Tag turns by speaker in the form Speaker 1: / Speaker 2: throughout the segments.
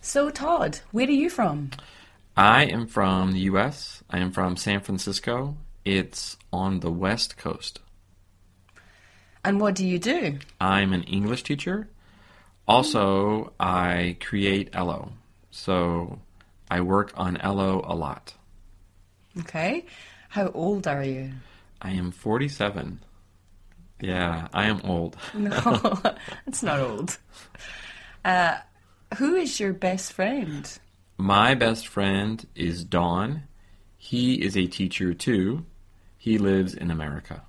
Speaker 1: So, Todd, where are you from?
Speaker 2: I am from the U.S. I am from San Francisco. It's on the West Coast.
Speaker 1: And what do you do?
Speaker 2: I'm an English teacher. Also, I create Ello. So I work on Ello a lot.
Speaker 1: Okay. How old are you?
Speaker 2: I am 47. Yeah, I am old.
Speaker 1: No, it's not old. Uh, who is your best friend?
Speaker 2: My best friend is Don. He is a teacher too. He lives in America.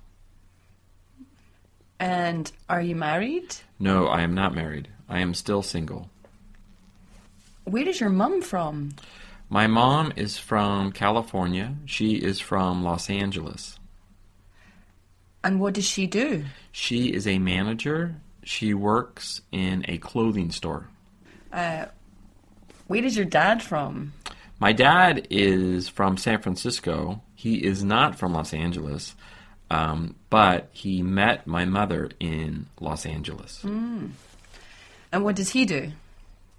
Speaker 1: And are you married?
Speaker 2: No, I am not married. I am still single.
Speaker 1: Where is your mum from?
Speaker 2: My mom is from California. She is from Los Angeles.
Speaker 1: And what does she do?
Speaker 2: She is a manager. She works in a clothing store.
Speaker 1: Uh, Where is your dad from?
Speaker 2: My dad is from San Francisco. He is not from Los Angeles, um, but he met my mother in Los Angeles.
Speaker 1: And what does he do?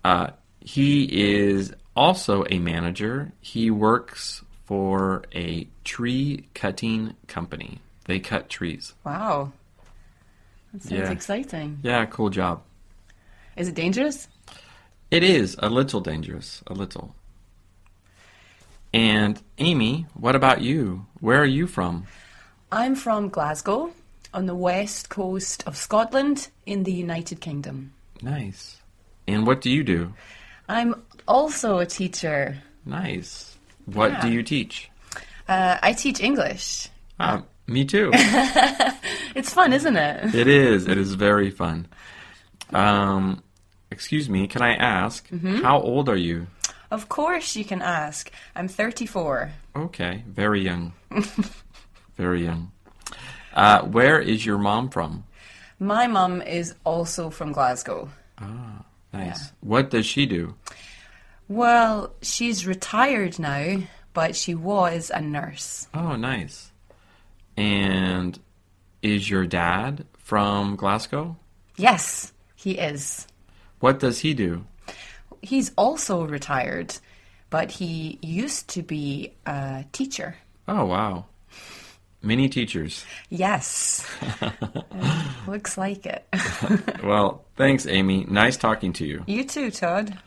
Speaker 2: Uh, he is also a manager. He works for a tree cutting company. They cut trees.
Speaker 1: Wow. That sounds
Speaker 2: Yeah.
Speaker 1: exciting.
Speaker 2: Yeah, cool job.
Speaker 1: Is it dangerous?
Speaker 2: It is a little dangerous, a little. And Amy, what about you? Where are you from?
Speaker 1: I'm from Glasgow, on the west coast of Scotland in the United Kingdom.
Speaker 2: Nice. And what do you do?
Speaker 1: I'm also a teacher.
Speaker 2: Nice. What do
Speaker 1: Yeah.
Speaker 2: you teach?
Speaker 1: Uh, I teach English.
Speaker 2: Ah, me too.
Speaker 1: It's fun, isn't it?
Speaker 2: it is. It is very fun. Um, excuse me. Can I ask how old are you?
Speaker 1: Of course, you can ask. I'm 34.
Speaker 2: Okay, very young. very young. Uh, where is your mom from?
Speaker 1: My mum is also from Glasgow.
Speaker 2: Ah, nice. What does she do?
Speaker 1: Well, she's retired now, but she was a nurse.
Speaker 2: Oh, nice. And is your dad from Glasgow?
Speaker 1: Yes, he is.
Speaker 2: What does he do?
Speaker 1: He's also retired, but he used to be a teacher.
Speaker 2: Oh, wow. Many teachers.
Speaker 1: Yes. Uh, looks like it.
Speaker 2: Well, thanks, Amy. Nice talking to you.
Speaker 1: You too, Todd.